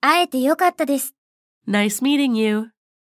会えてよかったです。 Nice meeting you.